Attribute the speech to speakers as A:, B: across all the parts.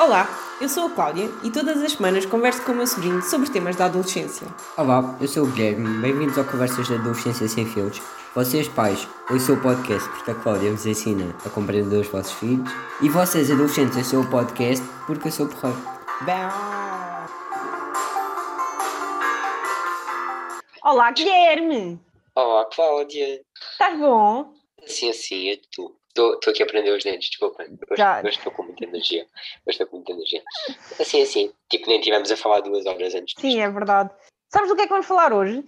A: Olá, eu sou a Cláudia e todas as semanas converso com o meu sobrinho sobre temas da adolescência.
B: Olá, eu sou o Guilherme, bem-vindos ao Conversas da Adolescência Sem Filtros. Vocês pais, ouçam o podcast porque a Cláudia vos ensina a compreender os vossos filhos e vocês adolescentes ouçam o podcast porque eu sou porreiro.
A: Olá, Guilherme!
B: Olá Cláudia,
A: Estás bom?
B: assim assim, eu tu. Estou aqui a aprender os dentes, desculpa.
A: Já.
B: Hoje estou com muita energia. Hoje estou com muita energia. Assim assim, tipo nem tivemos a falar duas horas antes.
A: Sim, é verdade. Sabes do que é que vamos falar hoje?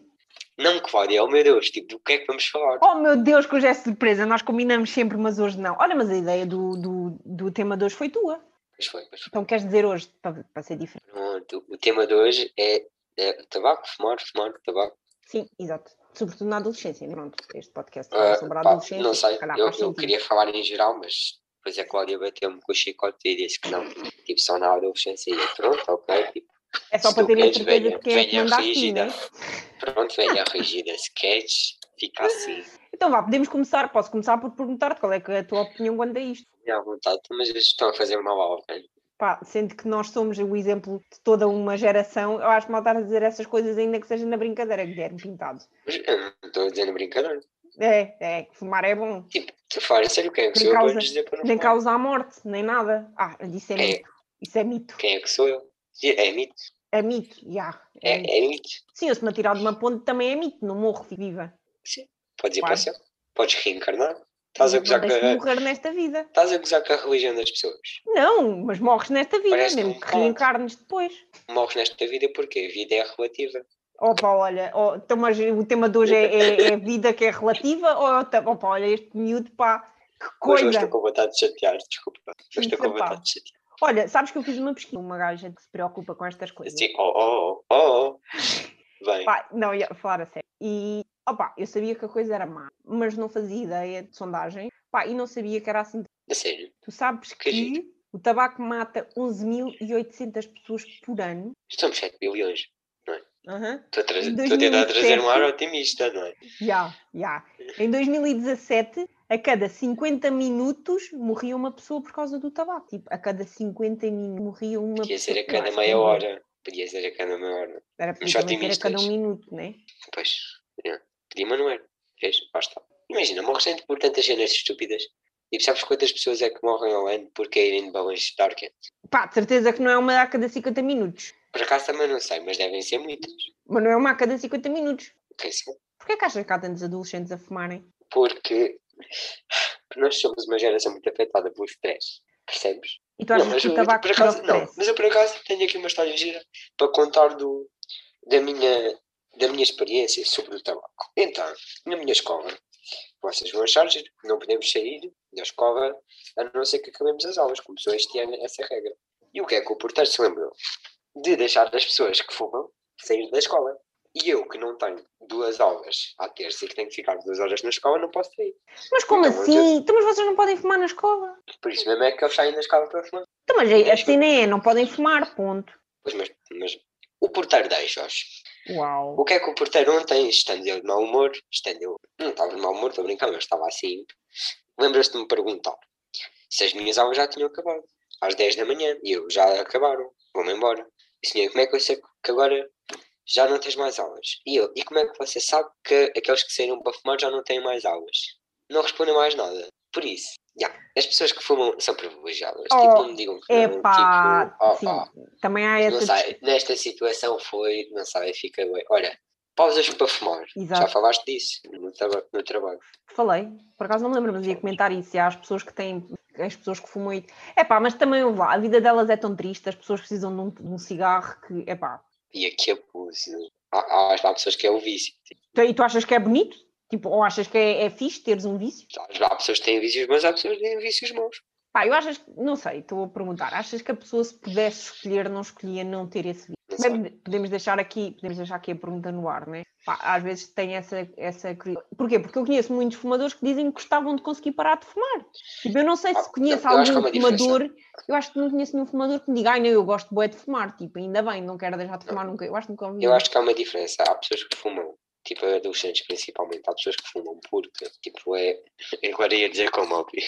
B: Não Cláudia, oh meu Deus, tipo, do que é que vamos falar?
A: Oh meu Deus, que hoje é surpresa, nós combinamos sempre, mas hoje não. Olha, mas a ideia do, do, do tema de hoje foi tua.
B: Pois foi, pois foi.
A: Então queres dizer hoje, para, para ser diferente?
B: Pronto, o tema de hoje é, é tabaco, fumar, fumar, tabaco.
A: Sim, exato. Sobretudo na adolescência, pronto. Este podcast
B: Ah,
A: é sobre a
B: pá,
A: adolescência.
B: não sei,
A: se calhar
B: eu,
A: faz
B: eu
A: sentido.
B: queria falar em geral, mas depois a Cláudia bateu-me com o chicote e disse que não, tipo, só na adolescência. E pronto, ok, tipo,
A: É só
B: se
A: para
B: tu
A: ter a
B: queres,
A: certeza de
B: velha,
A: quem é que
B: velha
A: manda assim,
B: rígida.
A: né?
B: Pronto, velha rígida, se queres, fica assim,
A: Então vá, podemos começar. Posso começar por perguntar-te qual é que é a tua opinião quanto a isto.
B: fica à vontade, então, mas eles estão a fazer né? mal a alguém.
A: Pá, sendo que nós somos o exemplo de toda uma geração, eu acho que mal estar a dizer essas coisas ainda que seja na brincadeira, Guilherme Pintado.
B: Mas eu não estou a dizer na brincadeira.
A: É, é, que fumar é bom.
B: Tipo, tu falas sério, quem é que
A: Nem
B: sou eu
A: causa-
B: para dizer para não
A: Nem
B: falar?
A: causa a morte, nem nada. Ah, isso é
B: Quem é,
A: mito. Isso é mito.
B: quem é que sou eu? É mito,
A: É mito, já. É mito.
B: é, é mito.
A: Sim, eu se me atirar de uma ponte também é mito, não morro, fico viva.
B: Podes ir
A: Claro.
B: para o céu, podes reencarnar. Estás a
A: Não
B: gozar com
A: deixo de
B: a-
A: morrer nesta vida.
B: estás a gozar com a religião das pessoas.
A: Não, mas morres nesta vida,
B: Parece
A: mesmo
B: um
A: que
B: pato.
A: reencarnes depois.
B: morres nesta vida porque a vida é relativa.
A: Opa, olha, ó, então, mas o tema de hoje é, é, é vida que é relativa ou é o tema- opa, olha, este miúdo, pá, que
B: Mas hoje
A: coisa.
B: estou com vontade de chatear, desculpa. Hoje estou com
A: Epá.
B: vontade de chatear.
A: Olha, sabes que eu fiz uma pesquisa, uma gaja que se preocupa com estas coisas.
B: Assim, oh, oh, oh, oh, oh. Bem,
A: Pá, não, ia falar a sério. E, opa, eu sabia que a coisa era má, mas não fazia ideia de sondagem, pá, e não sabia que era assim.
B: a sério,
A: Tu sabes
B: Que
A: que, o tabaco mata 11.800 pessoas por ano.
B: estamos 7 bilhões.
A: Aham.
B: Estou a, trazer,
A: Em
B: estou a tentar trazer um ar
A: 2007.
B: otimista, não é?
A: Já, já. Em 2017, a cada 50 minutos morria uma pessoa por causa do tabaco. Tipo, a cada 50 minutos morria uma
B: Podia
A: pessoa.
B: ser a
A: Eu
B: cada
A: acho
B: meia
A: que não.
B: hora. Podia ser a cada meia hora.
A: Era
B: Mas
A: possível ser a cada
B: otimistas.
A: um minuto, né?
B: Pois, é. podia, mas não era. Vês? Lá está. Imagina, morres sempre por tantas cenas estúpidas. E sabes quantas pessoas é que morrem ao ano por caírem de balões de ar quente?
A: Pá, de certeza que não é uma a cada 50 minutos.
B: Por acaso também não sei, mas devem ser muitas.
A: Mas não é uma a cada 50 minutos.
B: Quem sabe?
A: Porquê que achas que há tantos adolescentes a fumarem?
B: porque nós somos uma geração muito afetada pelo stress, percebes?
A: E tu achas
B: mas,
A: que o
B: eu,
A: tabaco
B: por acaso,
A: tira o
B: não,
A: stress?
B: mas eu por acaso tenho aqui uma história gira para contar do, da, minha, da minha experiência sobre o tabaco. Então, na minha escola, vocês vão achar giro, que não podemos sair da escola a não ser que acabemos as aulas, começou este ano essa regra. E o que é que o porteiro se lembrou? De deixar as pessoas que fumam sair da escola. E eu, que não tenho duas aulas à terça e que tenho que ficar duas horas na escola, não posso sair.
A: Mas como
B: Então,
A: assim? Então, mas vocês não podem fumar na escola?
B: Por isso mesmo é que eles saem da escola para fumar.
A: Então, mas a- a
B: Deixa.
A: cena é, não podem fumar, ponto.
B: Pois, mas, mas o porteiro deixa-os.
A: Uau.
B: O que é que o porteiro ontem, estando eu de mau humor, estando eu, não estava de mau humor, estou a brincar, mas estava assim, lembras-te de me perguntar se as minhas aulas já tinham acabado, às 10 da manhã, e eu, já acabaram, vou-me embora. E senhor, como é que eu sei que agora já não tens mais aulas? E eu, e como é que você sabe que aqueles que saíram para fumar já não têm mais aulas? Não respondem mais nada. Por isso, já, as pessoas que fumam são privilegiadas.
A: Oh,
B: tipo, não me digam que não,
A: Epá,
B: tipo, oh,
A: sim.
B: pá,
A: Também há
B: não
A: essa...
B: sei, nesta situação foi, não sei, fica bem. Olha, pausas para fumar. Já
A: Exato.
B: falaste disso no, traba- no trabalho.
A: Falei. Por acaso não me lembro, mas ia comentar isso. E há as pessoas que têm... As pessoas que fumam... É pá, mas também, ouve lá, a vida delas é tão triste. As pessoas precisam de um, de um cigarro que... É pá.
B: E aqui abuso. Há, há, há pessoas que é o vício. Tipo,
A: Tu- E tu achas que é bonito? Tipo, ou achas que é, é fixe teres um vício?
B: Tipo, há, há pessoas que têm vícios bons, há pessoas que têm vícios maus.
A: Pá, eu achas, não sei, estou a perguntar, achas que a pessoa se pudesse escolher, não escolhia não ter esse vício?
B: Não sei.
A: Também pode- Podemos deixar aqui, podemos deixar aqui a pergunta no ar, né? Pá, às vezes tem essa, essa curiosidade. Porquê? Porque eu conheço muitos fumadores que dizem que gostavam de conseguir parar de fumar. Tipo, eu não sei
B: Ah,
A: se conheço
B: eu- eu acho que há
A: algum
B: uma diferença.
A: fumador, eu acho que não conheço nenhum fumador que me diga, ai não, eu gosto bué de fumar, tipo, ainda bem, não quero deixar de fumar nunca. Eu acho que nunca ouvi.
B: Eu
A: um.
B: acho que há uma diferença. Há pessoas que fumam, tipo adolescentes principalmente, há pessoas que fumam porque, tipo, é. Agora ia dizer como óbvio.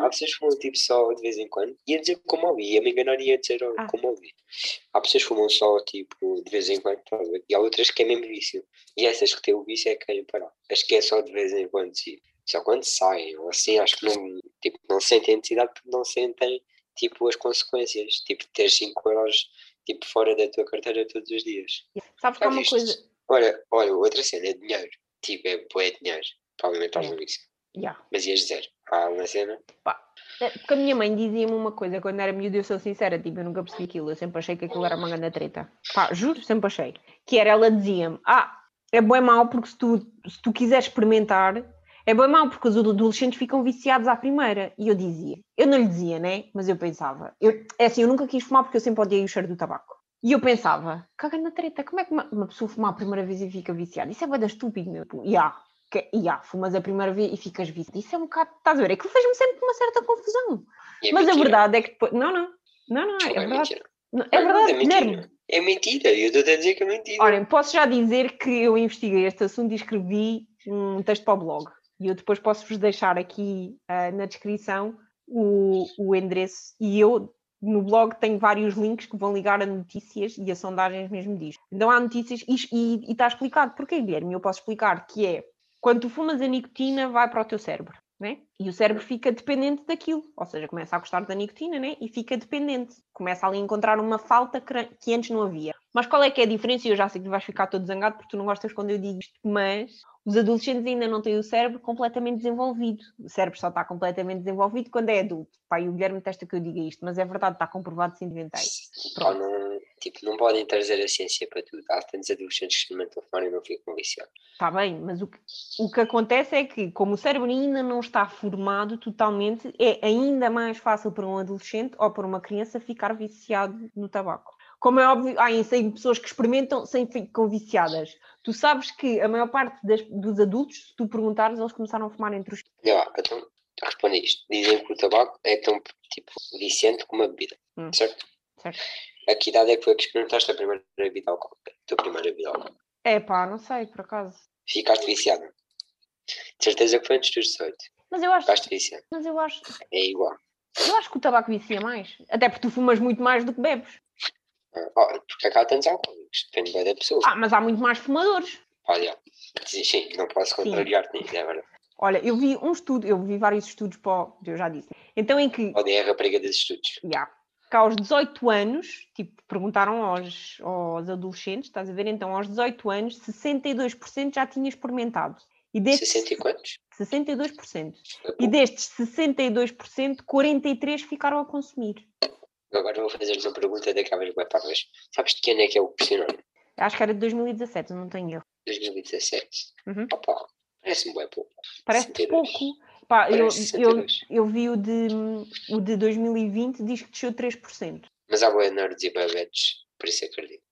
B: há pessoas que fumam tipo só de vez em quando. Ia dizer como ouvi, ia me enganar e ia dizer oh,
A: Ah.
B: como ouvi. Há pessoas que fumam só tipo de vez em quando, tá a ver? e há outras que é mesmo vício. E essas que têm o vício é que querem parar. As que é só de vez em quando, sim. Só quando saem, ou assim, acho que não, tipo, não sentem a necessidade porque não sentem tipo as consequências. Tipo, ter 5 euros tipo, fora da tua carteira todos os dias.
A: Sabes que há
B: Já
A: uma
B: viste?
A: coisa.
B: Olha, olha, outra cena é dinheiro. Tipo, é bué dinheiro. Provavelmente estás
A: É.
B: no vício.
A: Ya.
B: Mas ias dizer, há uma cena.
A: É, Porque a minha mãe dizia-me uma coisa quando era miúda, eu sou sincera, tipo, eu nunca percebi aquilo, eu sempre achei que aquilo era uma grande treta. Pá, juro, sempre achei. Que era, ela dizia-me, ah, é bem mau porque se tu, se tu quiseres experimentar, é bem mau porque os adolescentes ficam viciados à primeira. E eu dizia, eu não lhe dizia, né? Mas eu pensava, eu, é assim, eu nunca quis fumar porque eu sempre odiei o cheiro do tabaco. E eu pensava, caga na treta, como é que uma, uma pessoa fuma a primeira vez e fica viciada? Isso é bué da estúpido, meu. Tipo, Ya, que, ya, fumas a primeira vez e ficas viciado. Isso é um bocado, estás a ver? Aquilo fez-me sempre uma certa confusão.
B: E é
A: Mas a
B: mentira.
A: verdade é que depois. Não, não. Não, não,
B: Desculpa,
A: é verdade.
B: mentira.
A: Não, É
B: verdade,
A: verdade,
B: é
A: Guilherme.
B: mentira. É mentira, eu estou a dizer que é mentira.
A: Olhem, posso já dizer que eu investiguei este assunto e escrevi um texto para o blog. E eu depois posso-vos deixar aqui ah, na descrição o, o endereço. E eu, no blog, tenho vários links que vão ligar a notícias e a sondagens mesmo disto. Então há notícias e, e- e está explicado. Porquê, Guilherme? Eu posso explicar que é quando tu fumas a nicotina, vai para o teu cérebro. Né? E o cérebro fica dependente daquilo, ou seja, começa a gostar da nicotina né? e fica dependente, começa ali a encontrar uma falta cra- que antes não havia. Mas qual é que é a diferença? E Eu já sei que vais ficar todo zangado porque tu não gostas quando eu digo isto, mas os adolescentes ainda não têm o cérebro completamente desenvolvido. O cérebro só está completamente desenvolvido quando é adulto. Pai, o Guilherme testa que eu diga isto, mas é verdade, está comprovado cientificamente.
B: Pá, não, tipo, não podem trazer a ciência para tudo. Há tantos adolescentes que experimentam fora e não ficam viciados.
A: Está Tá bem, mas o que, o que acontece é que, como o cérebro ainda não está formado totalmente, é ainda mais fácil para um adolescente ou para uma criança ficar viciado no tabaco. Como é óbvio, há em- sem pessoas que experimentam sem ficam viciadas. Tu sabes que a maior parte das- dos adultos, se tu perguntares, eles começaram a fumar entre os.
B: Olha lá, então, responde a isto. Dizem que o tabaco é tão tipo, viciante como a bebida,
A: Hum.
B: certo?
A: Certo.
B: A que idade é que foi que experimentaste a primeira bebida alcoólica? A tua primeira bebida alcoólica.
A: É pá, não sei, por acaso.
B: Ficaste viciado. De certeza que foi antes dos 18.
A: Mas eu acho,
B: Ficaste viciado.
A: mas eu acho,
B: É igual.
A: eu acho que o tabaco vicia mais. Até porque tu fumas muito mais do que bebes.
B: Ah, ah, porque é que há tantos alcoólicos. Depende bem da pessoa.
A: Ah, mas há muito mais fumadores.
B: Olha, sim, sim, não posso contrariar-te nisso, é verdade.
A: Olha, eu vi um estudo, eu vi vários estudos para o, eu já disse. Então em que,
B: Podem é a rapariga dos estudos.
A: já, que aos 18 anos, tipo, perguntaram aos, aos adolescentes, estás a ver? Então aos 18 anos, 62% já tinha experimentado. E destes
B: 60 e quantos?
A: 62%. E destes 62%, 43 ficaram a consumir.
B: Agora vou fazer uma pergunta daquelas batatas. Sabes de que ano é que é o questionário?
A: Acho que era de 2017, não tenho erro.
B: 2017.
A: Uhum.
B: Opa, parece-me bem pouco.
A: Parece
B: 62.
A: pouco. Pá, eu,
B: Parece
A: eu,
B: 62.
A: eu vi o de, o de 2020, diz que desceu 3%.
B: Mas há boa nerds e babetes, por isso é acredito.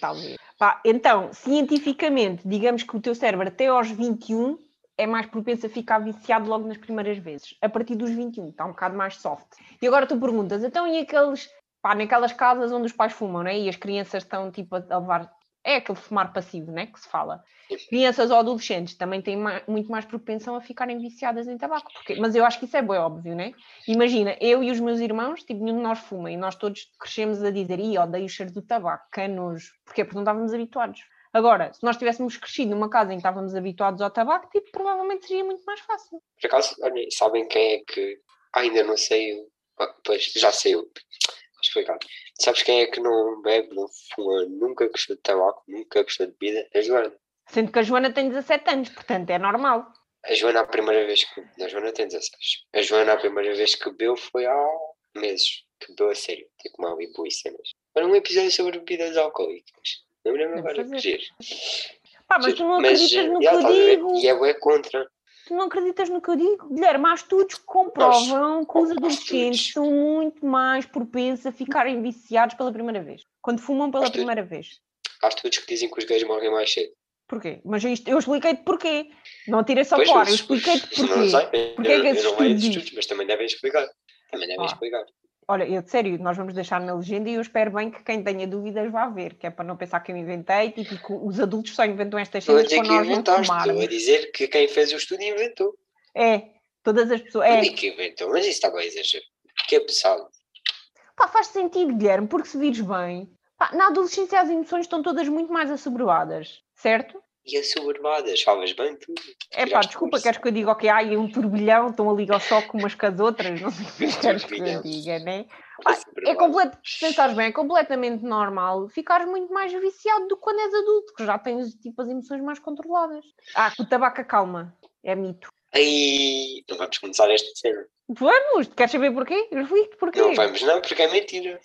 A: Talvez. Pá, então, cientificamente, digamos que o teu cérebro até aos 21 é mais propenso a ficar viciado logo nas primeiras vezes. A partir dos 21 está um bocado mais soft. E agora tu perguntas, então e aqueles, pá, naquelas casas onde os pais fumam, né? E as crianças estão tipo a levar. É aquele fumar passivo, né? Que se fala. Crianças ou adolescentes também têm ma- muito mais propensão a ficarem viciadas em tabaco. Porque... Mas eu acho que isso é bem óbvio, né? Imagina, eu e os meus irmãos, tipo, nenhum de nós fuma e nós todos crescemos a dizer, ih, odeio o cheiro do tabaco, que é nojo. Porquê? Porque não estávamos habituados. Agora, se nós tivéssemos crescido numa casa em que estávamos habituados ao tabaco, tipo, provavelmente seria muito mais fácil.
B: Por acaso, olhem, sabem quem é que ainda não saiu? Ah, pois, já saiu. Vou explicar. Sabes quem é que não bebe, não fuma, nunca gostou de tabaco, nunca gostou de bebida? A Joana.
A: Sendo que a Joana tem 17 anos, portanto é normal.
B: A Joana, a primeira vez que. A Joana tem 16. A Joana, a primeira vez que bebeu foi há meses. Que bebeu a sério. Tipo, mal e boi cenas. Era um episódio sobre bebidas alcoólicas. Lembra-me
A: Vamos
B: agora que
A: fazer.
B: giro.
A: Pá, Ah, mas tu não acreditas
B: eh,
A: no que
B: já,
A: eu
B: estás a ver?
A: digo.
B: E é bué contra.
A: Tu não acreditas no que eu digo? Guilherme, há estudos que comprovam que os
B: há
A: adolescentes
B: estudos.
A: são muito mais propensos a ficarem viciados pela primeira vez. Quando fumam pela
B: estudos.
A: primeira vez.
B: Há estudos que dizem que os gays morrem mais cedo.
A: Porquê? Mas é isto, eu expliquei-te porquê. Não tirei só
B: Pois,
A: fora, eu
B: mas-
A: expliquei-te
B: Não
A: porquê.
B: sei.
A: Porquê é
B: eu,
A: que esses
B: eu não leio esses
A: estudos
B: estudos, mas também devem explicar. Também devem
A: Ah.
B: explicar.
A: Olha, eu de sério, nós vamos deixar na legenda e eu espero bem que quem tenha dúvidas vá ver, que é para não pensar que eu inventei e que os adultos só inventam estas
B: Estou a
A: cenas
B: dizer
A: para
B: é que
A: nós não
B: inventaste. Estou a
A: fumarmos.
B: dizer que quem fez o estudo inventou.
A: É, Todas as pessoas.
B: É.
A: É,
B: Líquido, então, mas isso estava a exagerar. Que é pesado.
A: pá, faz sentido, Guilherme, porque se vires bem, pá, na adolescência as emoções estão todas muito mais assoberbadas, certo?
B: E é as suburbadas, falas bem tudo.
A: É pá,
B: Tiraste
A: desculpa,
B: curso.
A: queres que eu diga, ok, ai, é um turbilhão, estão ali ao soco umas com as outras, não sei o que queres que eu
B: Turbilhão.
A: diga, né?
B: A
A: Ah, É
B: suburbada.
A: completo, se pensares bem, é completamente normal ficares muito mais viciado do que quando és adulto, que já tens tipo as emoções mais controladas. Ah, que o tabaco acalma, é mito.
B: Ai, não vamos começar esta cena.
A: Vamos, queres saber porquê? Eu explico-te porquê.
B: Não vamos, não, porque é mentira.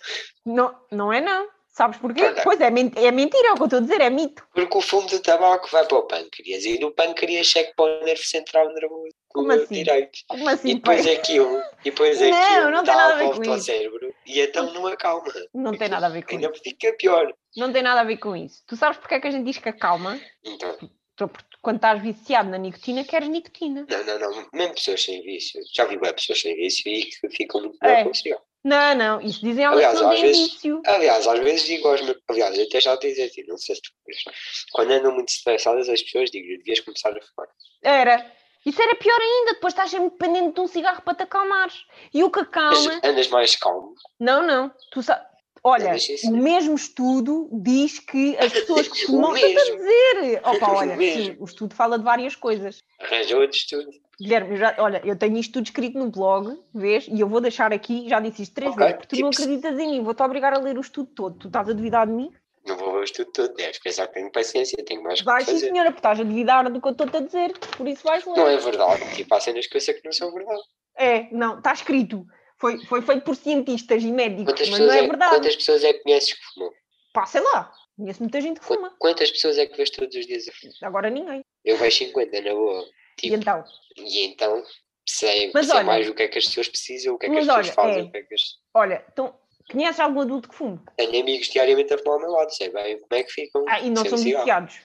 A: Não, não é não. Sabes porquê?
B: Pois é.
A: Pois é, men- é mentira, é o que eu estou a dizer, é mito.
B: Porque o fumo do tabaco vai para o pâncreas e do pâncreas é que para o nervo central nervoso.
A: Como assim?
B: Direito.
A: Como assim?
B: E depois
A: pai?
B: aquilo, e depois é
A: Não,
B: aquilo
A: não tem
B: dá
A: nada a
B: a
A: ver
B: volta
A: com
B: ao
A: isso.
B: cérebro e então não acalma.
A: Não tem nada a ver com isso.
B: Ainda fica pior.
A: Não tem nada a ver com isso. Tu sabes porque é que a gente diz que acalma?
B: Então,
A: Então, porque Quando estás viciado na nicotina, queres nicotina.
B: não, não, não. Mesmo pessoas sem vício. Já vi bem pessoas sem vício e que ficam muito
A: É.
B: bem consigo.
A: Não, não, isso dizem elas
B: Aliás,
A: que não
B: às
A: têm
B: vezes-
A: vício.
B: Aliás, às vezes digo aos meus. Aliás, eu até já te disse a ti, não sei se tu conheces. Quando andam muito estressadas, as pessoas digo devias começar a fumar.
A: Era. Isso era pior ainda, depois estás sempre dependente de um cigarro para te acalmares. E o que
B: Mas
A: acalma.
B: andas mais calmo.
A: Não, não. Tu sa... Olha,
B: Não, mas isso-
A: o mesmo estudo diz que as pessoas que
B: O
A: fumam. Estou a
B: mesmo.
A: dizer! Opa,
B: O
A: olha, sim,
B: mesmo.
A: o estudo fala de várias coisas.
B: Arranja outro estudo.
A: Guilherme, eu já- olha, eu tenho isto tudo escrito no blog, vês? E eu vou deixar aqui, já disse isto três
B: Ok, tipo
A: vezes, porque tu não
B: tips.
A: acreditas em mim, vou-te obrigar a ler o estudo todo. Tu estás a duvidar de mim?
B: Não vou ver o estudo todo. Deves pensar que tenho paciência, tenho mais o que
A: Vais, sim,
B: fazer.
A: senhora, porque estás a duvidar do que eu estou-te a dizer, por isso vais ler.
B: é. Não é verdade. Tipo, há cenas que eu sei que não são verdade.
A: É, não, está escrito. Foi, foi feito por cientistas e médicos,
B: Quantas
A: mas
B: pessoas
A: não é
B: é,
A: verdade.
B: quantas pessoas é que conheces que fumam?
A: Pá, sei lá, conheço muita gente que
B: Qu-
A: fuma,
B: Quantas pessoas é que vês todos os dias a fumar?
A: agora ninguém.
B: Eu vejo 50 na boa.
A: E
B: Tipo,
A: então,
B: E então sei,
A: Mas
B: sei
A: olha-
B: mais o que é que as pessoas precisam, o que é que
A: Mas
B: as pessoas
A: olha,
B: fazem,
A: é.
B: o que é que as...
A: olha, então, conheces algum adulto que fume?
B: Tenho amigos diariamente a falar ao meu lado, sei bem como é que ficam.
A: Ah, e não
B: sem
A: são
B: cigarro.
A: viciados?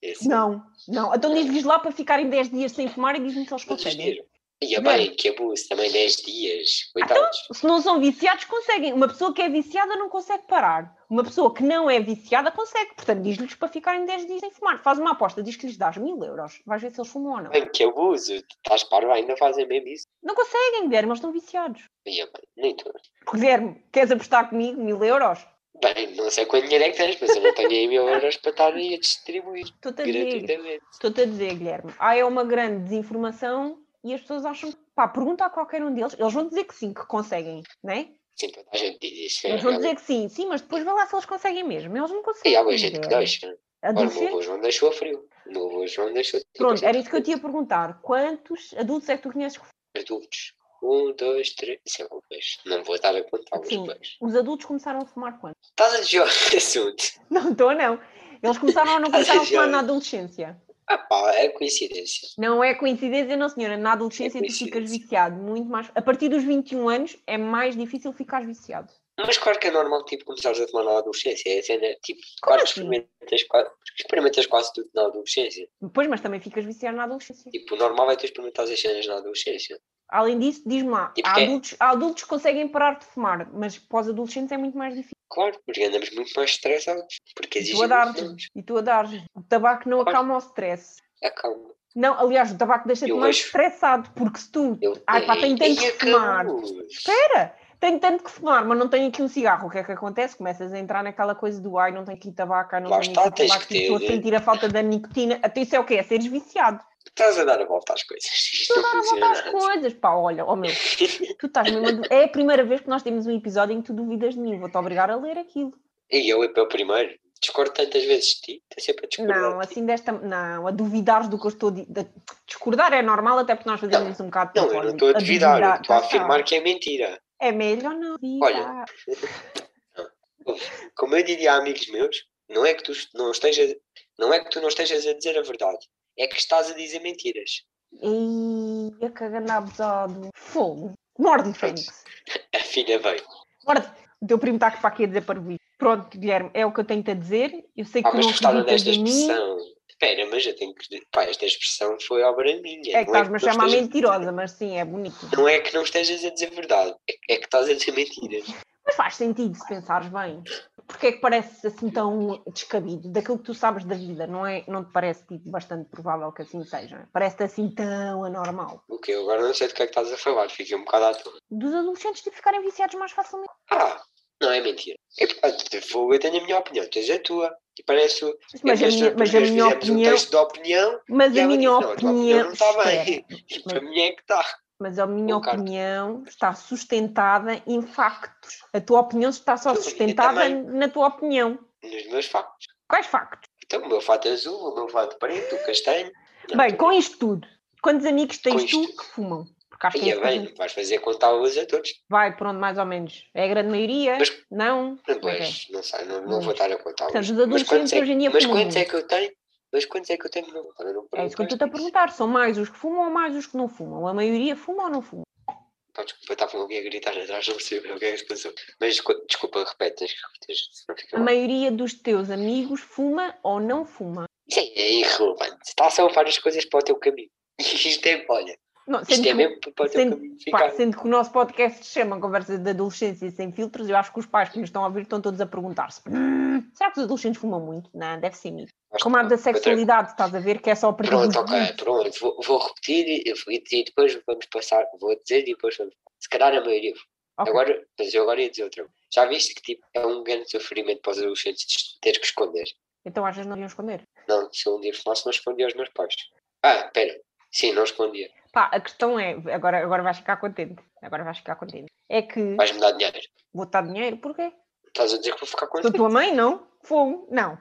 B: Esse-
A: Não, não. Então diz-lhes lá para ficarem 10 dias sem fumar e diz-me se eles
B: todos os
A: conseguem.
B: dias. E a
A: Não Ah, é?
B: bem, que abuso, também 10 dias,
A: então?
B: coitados.
A: se não são viciados, conseguem. Uma pessoa que é viciada não consegue parar. Uma pessoa que não é viciada consegue. Portanto, diz-lhes para ficarem 10 dias sem fumar. Faz uma aposta, diz que lhes dás mil euros. Vais ver se eles fumam ou não.
B: Bem, que abuso, estás parvo, ainda fazem mesmo isso.
A: Não conseguem, Guilherme, eles estão viciados.
B: E a bem, nem tu.
A: Guilherme, queres apostar comigo mil euros?
B: Bem, não sei quanto dinheiro é que tens, mas eu não tenho aí mil euros para estar aí a distribuir
A: Estou-te a dizer,
B: gratuitamente.
A: estou-te a dizer, Guilherme. Ah, é uma grande desinformação e as pessoas acham que. Pá, pergunta a qualquer um deles, eles vão dizer que sim, que conseguem, não é?
B: Sim, toda a gente diz isso.
A: Eles vão dizer que sim, sim, mas depois vê lá se eles conseguem mesmo. Eles não
B: É, E
A: conseguem.
B: há boa gente que
A: Guilherme.
B: deixa. Ora, o meu
A: Adolescentes?
B: avô João deixou a frio. O meu avô João deixou a
A: Pronto, era isso que eu te ia perguntar. Quantos adultos é que tu conheces? que-
B: adultos. Um, dois, três. Sei lá, dois. Não vou estar a contar os
A: Sim.
B: dois.
A: Os adultos começaram a fumar quando?
B: Estás a desviar o assunto.
A: Não estou, não. Eles começaram ou não começaram a
B: Ai,
A: fumar
B: ai.
A: na adolescência.
B: Ah pá, é coincidência.
A: Não é coincidência, não, senhora. Na adolescência tu ficas
B: É coincidência.
A: viciado muito mais. A partir dos 21 anos é mais difícil ficar viciado.
B: Mas claro que é normal, tipo, começares a tomar na adolescência. É a cena, tipo,
A: Como
B: claro que
A: assim?
B: experimentas, quase, experimentas quase tudo na adolescência.
A: Depois, mas também ficas viciado na adolescência.
B: Tipo, o normal é tu experimentares as cenas na adolescência.
A: Além disso, diz-me lá,
B: Tipo
A: há
B: quê?
A: adultos, há adultos que conseguem parar de fumar, mas pós-adolescentes é muito mais difícil.
B: Claro, porque andamos muito mais estressados. Porque
A: E tu a
B: exigimos
A: dar
B: menos.
A: e tu a dar O tabaco não
B: Claro.
A: acalma o stress.
B: É Acalma.
A: Não, aliás, o tabaco deixa-te
B: Eu
A: mais
B: vejo-
A: estressado, porque se tu.
B: Eu
A: Ai, pá, tenho tanto
B: Ei,
A: que fumar.
B: acabou.
A: Espera! Tenho tanto que fumar, mas não tenho aqui um cigarro. O que é que acontece? Começas a entrar naquela coisa do ai, não tenho aqui tabaco, ai, não
B: Lá
A: tenho
B: está,
A: aqui
B: tens
A: tabaco, tipo,
B: que
A: estou a
B: ter- eh,
A: sentir a falta da nicotina. Até isso é o quê? É seres viciado.
B: Estás a dar a volta às coisas. Isto não
A: Volta às
B: funciona.
A: coisas, pá, olha, oh meu, tu estás mesmo a du- É a primeira vez que nós temos um episódio em que tu duvidas de mim, vou-te obrigar a ler aquilo.
B: E eu é para o primeiro. Discordo tantas vezes de ti. Estou sempre a discordar.
A: Não,
B: de ti.
A: assim desta. Não, a duvidares do que eu estou a di- de- discordar é normal, até porque nós fazemos um bocado de
B: Não, eu não
A: propósito.
B: estou a duvidar, eu estou a
A: cá está.
B: afirmar que é mentira.
A: É melhor não duvidar.
B: Como eu diria a amigos meus, não é que tu não estejas, não é que tu não estejas a dizer a verdade, é que estás a dizer mentiras.
A: Ei, a cagando abusado. Fogo. Morde, Fênix.
B: A filha veio.
A: Morde. O teu primo está aqui para aqui a dizer para mim. Pronto, Guilherme, é o que eu tenho-te a dizer. Eu sei É que
B: Ah,
A: tu
B: mas
A: não
B: gostaram
A: acreditas
B: desta
A: em mim.
B: expressão. Espera, mas eu tenho que. Pá, esta expressão foi obra minha.
A: É que
B: não
A: estás-me a
B: não
A: chamar
B: estejas-
A: mentirosa, mas sim, é bonito.
B: Não é que não estejas a dizer verdade, é é que estás a dizer mentiras.
A: Mas faz sentido se pensares bem. porque é que parece assim tão descabido? Daquilo que tu sabes da vida, não é? Não te parece tipo, bastante provável que assim seja? Parece-te assim tão anormal.
B: O que eu agora não sei do que é que estás a falar, fiquei um bocado à toa.
A: Dos adolescentes de ficarem viciados mais facilmente.
B: Ah, não é mentira. É portanto, de fogo eu tenho a minha opinião, tens a tua. E parece.
A: Mas a
B: nós-
A: minha-
B: nós
A: mas a minha
B: fizemos um
A: opinião-
B: texto de opinião
A: Mas
B: e
A: a
B: ela
A: minha
B: disse, não, a tua opinião
A: opinião.
B: não está
A: espera,
B: bem. E para mim é que está.
A: Mas a minha
B: Concordo.
A: opinião está sustentada em factos. A tua opinião está só
B: Sim, eu
A: sustentada
B: também.
A: na tua opinião.
B: Nos meus factos.
A: Quais factos?
B: Então, o meu fato é azul, o meu fato preto, o castanho. Não,
A: Bem,
B: tu-
A: com isto tudo, quantos amigos tens
B: isto
A: tu
B: tudo.
A: que fumam? Porque acho que
B: Ia
A: é
B: bem,
A: bem.
B: não vais fazer contá-los a todos.
A: vai pronto, mais ou menos. É a grande maioria?
B: Mas-
A: Não?
B: Pois, não sei, não, não vou
A: Hum.
B: estar a contar.
A: Portanto, os
B: hoje. mas
A: adolescentes
B: quantos, é,
A: hoje em dia
B: mas
A: fumam
B: quantos é
A: muito.
B: que eu tenho? Mas quantos é que eu tenho? Não, agora não
A: É isso que eu estou a
B: perguntaste
A: perguntar. São mais os que fumam ou mais os que não fumam? A maioria fuma ou não fuma?
B: Pá, desculpa, estava alguém a gritar atrás, não percebi bem o que é que se passou. Mas desculpa, desculpa repete, tens que repetir. senão fica
A: A
B: mal.
A: maioria dos teus amigos fuma ou não fuma?
B: Sim, é irrelevante. Está a salvar várias coisas para o teu caminho. Isto é, olha,
A: Não,
B: isto
A: sendo
B: é
A: que-
B: mesmo para o teu
A: sendo-
B: caminho
A: Pá,
B: ficar.
A: sendo que o nosso podcast se chama Conversas de Adolescência Sem Filtros, eu acho que os pais que nos estão a ouvir estão todos a perguntar-se: "Hum, será que os adolescentes fumam muito? Não, deve ser mito.
B: Mas
A: Como há da
B: pronto, outra-
A: sexualidade, estás a ver que é só a partir dos
B: Pronto, ok,
A: 20.
B: pronto. Vou, vou repetir e, e- e depois vamos passar, vou dizer e depois vamos. Se calhar a maioria.
A: Ok.
B: Agora, mas eu agora ia dizer outra. Já viste que tipo, é um grande sofrimento para os adolescentes ter que esconder?
A: Então às vezes não deviam esconder.
B: Não, se eu um dia falasse, não escondia aos meus pais. Ah, espera. Sim, não escondia.
A: Pá, a questão é: agora, agora vais ficar contente. Agora vais ficar contente. É que
B: Vais-me dar dinheiro.
A: vou te dar dinheiro, porquê?
B: Estás a dizer que vou ficar
A: Da
B: contente.
A: tua mãe, não? Fogo, não.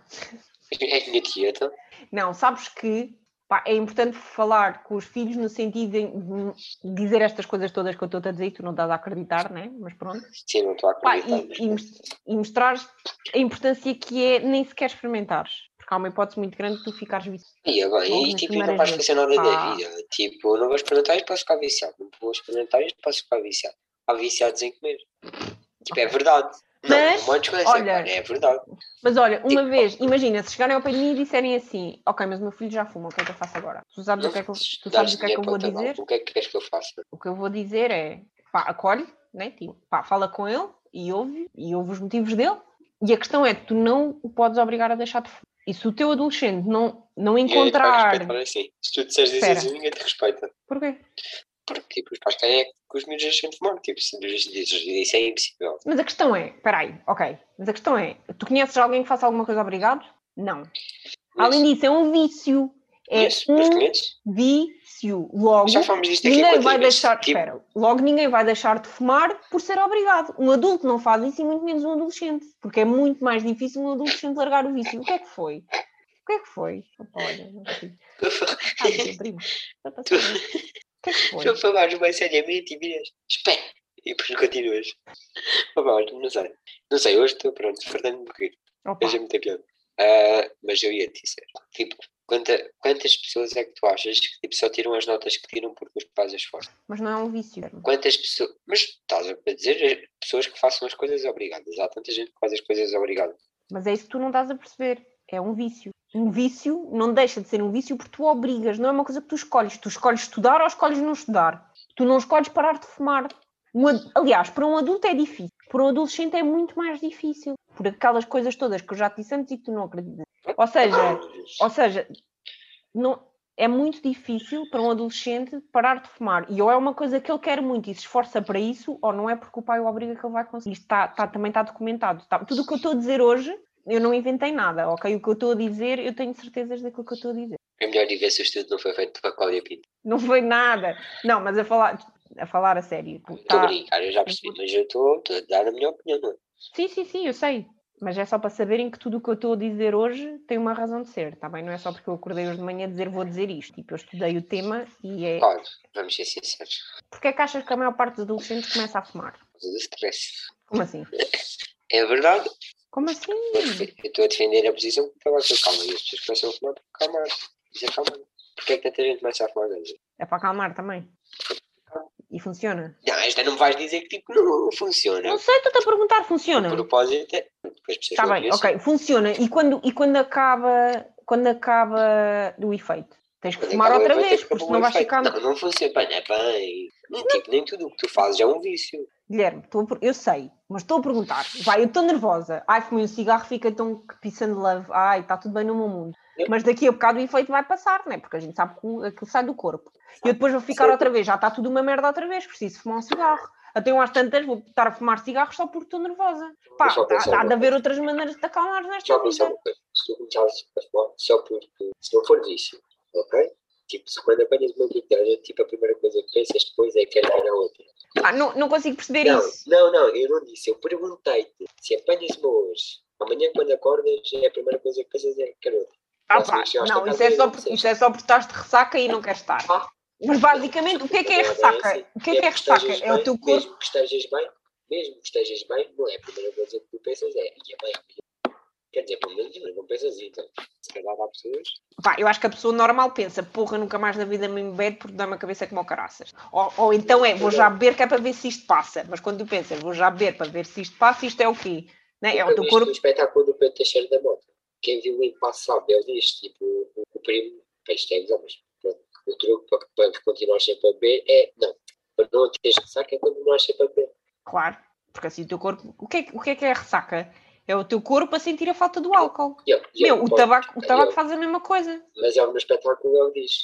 B: É minha tia, então.
A: Não, sabes que pá, é importante falar com os filhos no sentido de dizer estas coisas todas que eu estou a dizer e tu não estás a acreditar, né? Mas pronto.
B: Sim, não estou a
A: Pá,
B: acreditar.
A: e,
B: mas
A: e mos- e mostrar a importância que é nem sequer experimentares. Porque há uma hipótese muito grande de tu ficares viciado.
B: Ia
A: Logo
B: bem, e
A: nas
B: tipo, não
A: primeiras
B: vais
A: vezes.
B: fazer nada
A: Ah.
B: da vida. Tipo, não vou experimentar isto, posso ficar viciado. Não vou experimentar isto, posso ficar viciado. Há viciados em comer. Tipo, é verdade. Não,
A: Mas,
B: não é uma desgraça,
A: olha-
B: cara, é verdade.
A: Mas olha, uma
B: Sim.
A: vez, imagina, se chegarem ao pé de mim e disserem assim: Ok, mas o meu filho já fuma, o que é que eu faço agora? Tu sabes o que é que eu, tu sabes
B: Dás
A: o que é que eu
B: dinheiro
A: vou
B: para o teu
A: dizer?
B: banco, O que é que queres que eu faça?
A: o que eu vou dizer é pá, acolhe, né? tipo, pá, fala com ele e ouve, e ouve os motivos dele. E a questão é, tu não o podes obrigar a deixar de fumar. E se o teu adolescente não, não
B: Ninguém te vai
A: encontrar.
B: respeitar assim. Se tu disseres isso
A: Espera.
B: assim, ninguém te respeita.
A: Porquê?
B: Porque tipo, os pais querem é que os miúdos deixem de fumar. Tipo, se lhes dizes isso é impossível.
A: Mas a questão é, peraí, ok, mas a questão é, tu conheces alguém que faça alguma coisa obrigado? Não. Além disso, é um vício. É
B: Conheço, mas
A: um
B: conheço.
A: vício. Logo,
B: Já falamos disto aqui
A: ninguém
B: quantas
A: vai
B: vezes?
A: deixar.
B: Tipo,
A: Espera, logo ninguém vai deixar de fumar por ser obrigado. Um adulto não faz isso e muito menos um adolescente, porque é muito mais difícil um adolescente largar o vício. O que é que foi? O que é que foi? Opa, olha, não consigo. Ah, meu primo, já passou. O que é que
B: Se eu
A: foi?
B: falares mais seriamente e viras, espera, e depois continuas. Opa, olha, não sei. Não sei, hoje estou pronto, fartando-me um bocadinho.
A: Opa,
B: Hoje é muita piada. Ah, mas eu ia te dizer, tipo, quanta- quantas pessoas é que tu achas que tipo, só tiram as notas que tiram porque os pais as forçam?
A: mas não é um vício. Guilherme.
B: Quantas pessoas. Mas estás a dizer as pessoas que façam as coisas obrigadas. Há tanta gente que faz as coisas obrigadas.
A: Mas é isso que tu não estás a perceber. É um vício. Um vício não deixa de ser um vício porque tu obrigas, não é uma coisa que tu escolhes. Tu escolhes estudar ou escolhes não estudar. Tu não escolhes parar de fumar. Um ad- Aliás, para um adulto é difícil. Para um adolescente é muito mais difícil. Por aquelas coisas todas que eu já te disse antes e que tu não acreditas. Ou seja, ou seja, não, é muito difícil para um adolescente parar de fumar. E ou é uma coisa que ele quer muito e se esforça para isso, ou não é porque o pai o obriga que ele vai conseguir. Isto está, está- também está documentado. Está- tudo o que eu estou a dizer hoje, eu não inventei nada, ok? O que eu estou a dizer, eu tenho certezas daquilo que eu estou a dizer.
B: É melhor ir ver se o estudo não foi feito para Cláudia Pinto.
A: Não foi nada. Não, mas a falar a, falar a sério.
B: Estou
A: Tá-
B: a brincar, eu já percebi, mas eu estou estou a dar a minha opinião, não é?
A: Sim, sim, sim, eu sei. Mas é só para saberem que tudo o que eu estou a dizer hoje tem uma razão de ser, tá bem? Não é só porque eu acordei hoje de manhã a dizer vou dizer isto. Tipo, eu estudei o tema e é.
B: Claro, vamos ser sinceros.
A: Porquê é que achas que a maior parte dos adolescentes começa a fumar?
B: por causa do stress.
A: Como assim?
B: É verdade,
A: Como assim?
B: eu defe- eu estou a defender a posição que estava a ser calma e as pessoas começam a fumar porque calma. Isso é calma. Porquê é que tanta gente começa a fumar ganja?
A: É para acalmar também. E funciona?
B: Não, esta não me vais dizer que tipo não funciona.
A: Não sei, estou-te a perguntar,
B: O
A: funciona?
B: propósito é. Depois as pessoas
A: Está
B: não
A: Tá bem,
B: conhecem.
A: ok, funciona. E quando, e quando acaba quando acaba o efeito? Tens que
B: Mas
A: fumar
B: acaba-
A: outra
B: vai ter
A: vez,
B: que
A: porque
B: acabar o
A: senão vais
B: efeito.
A: ficar.
B: Não, não funciona. Bem, é bem. Nem, tipo, nem tudo o que tu fazes é um vício.
A: Guilherme, estou a per- eu sei, mas estou a perguntar. Vai, eu estou nervosa. Ai, fumei um cigarro, fica tão que peace and love. Ai, está tudo bem no meu mundo. Mas daqui a bocado o efeito vai passar, não é? Porque a gente sabe que o- aquilo sai do corpo. E eu depois vou ficar outra vez, já está tudo uma merda outra vez, preciso fumar um cigarro. Até umas tantas vou estar a fumar cigarros só porque estou nervosa. Pá,
B: Mas só
A: há-
B: pensava-
A: há de haver outras maneiras de te acalmares
B: Já
A: nesta
B: pensou
A: vida.
B: uma coisa? Se tu começares a fumar só porque, se não for vício, ok? Tipo, se quando apanhas uma guitarra, tipo, a primeira coisa que pensas depois é quero ganhar outra.
A: Ah, não, não consigo perceber
B: Não,
A: isso.
B: não, não, eu não disse. Eu perguntei-te se apanhas uma hoje, amanhã quando acordas, é a primeira coisa que pensas é quero outra.
A: Ah,
B: Não,
A: pá,
B: se chegaste
A: não,
B: a
A: isso
B: casa
A: é,
B: e
A: só
B: não
A: por,
B: disseste.
A: isso é só porque estás de ressaca e não queres estar.
B: Ah.
A: Mas basicamente, o que é que é
B: Agora,
A: ressaca?
B: assim,
A: O que é que é
B: estejas
A: ressaca? É o
B: bem,
A: teu corpo.
B: Mesmo que estejas bem, mesmo que estejas bem, não é a primeira coisa que tu pensas, é, e é bem Quer dizer, pelo menos não pensas isso. Então, se calhar há pessoas.
A: Pá, eu acho que a pessoa normal pensa, porra, nunca mais na vida me embede porque dá-me a cabeça como o caraças. Ou, ou então é, vou já beber que é para ver se isto passa. Mas quando tu pensas, vou já beber para ver se isto passa, isto é o quê? Né? É
B: Nunca
A: o teu
B: viste
A: corpo.
B: O espetáculo do Pedro Teixeira da Mota. é Quem viu o impasse sabe, um ele diz, tipo, o, o primo, pá, isto é exame, mas pronto, o truque para, que- para que continuar sempre a beber é, não, para não teres ressaca é continuar sempre a beber.
A: Claro, porque assim o teu corpo. O que é, que- o que, é que é a ressaca? É o teu corpo a sentir a falta do álcool.
B: E ele- e ele
A: Meu, o
B: pode-
A: tabaco, o
B: e
A: tabaco
B: ele-
A: faz a mesma coisa.
B: Mas ele no espetáculo ele diz,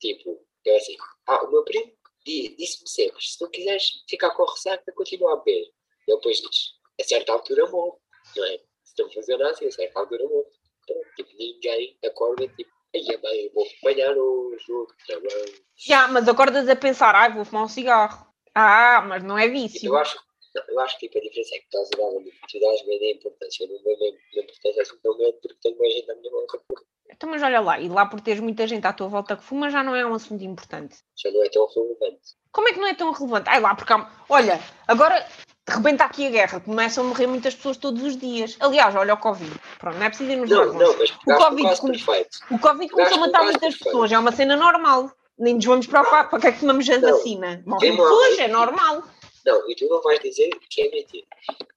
B: tipo, eu assim, ah, o meu primo di- disse-me sempre, se não quiseres ficar com ressaca, continua a beber. Ele depois diz, a certa altura morro, não é? Se não fazer nada assim, a certa altura morro. Pronto, tipo, ninguém acorda, tipo, ai, é bem, vou apanhar o jogo, tá bem.
A: Já, mas acordas a pensar, ai, vou fumar um cigarro. Ah, mas não é
B: Tipo,
A: vício.
B: eu acho, não, eu acho que tipo, a diferença é que tu estás a dar uma- tu dás bem a importância, eu não dou bem a importância assim tão grande porque tenho mais gente na minha mão,
A: Então, mas olha lá, e lá por teres muita gente à tua volta que fuma já não é um assunto importante.
B: já não é tão relevante.
A: Como é que não é tão relevante? Ai lá, porque há... Olha, agora rebenta aqui a guerra, começam a morrer muitas pessoas todos os dias. Aliás, olha o Covid. Pronto, não é preciso irmos
B: Não,
A: mais longe.
B: não, mas pegaste
A: Covid
B: no caso
A: com-
B: perfeito.
A: O Covid começou a
B: Gasto-
A: matar
B: gasto
A: muitas
B: perfeito.
A: pessoas, é uma cena normal. Nem nos vamos preocupar, para que é que tomamos a
B: Não.
A: vacina? Morrem
B: Quem morre?
A: pessoas, é normal.
B: Não, e tu não vais dizer que é mentira.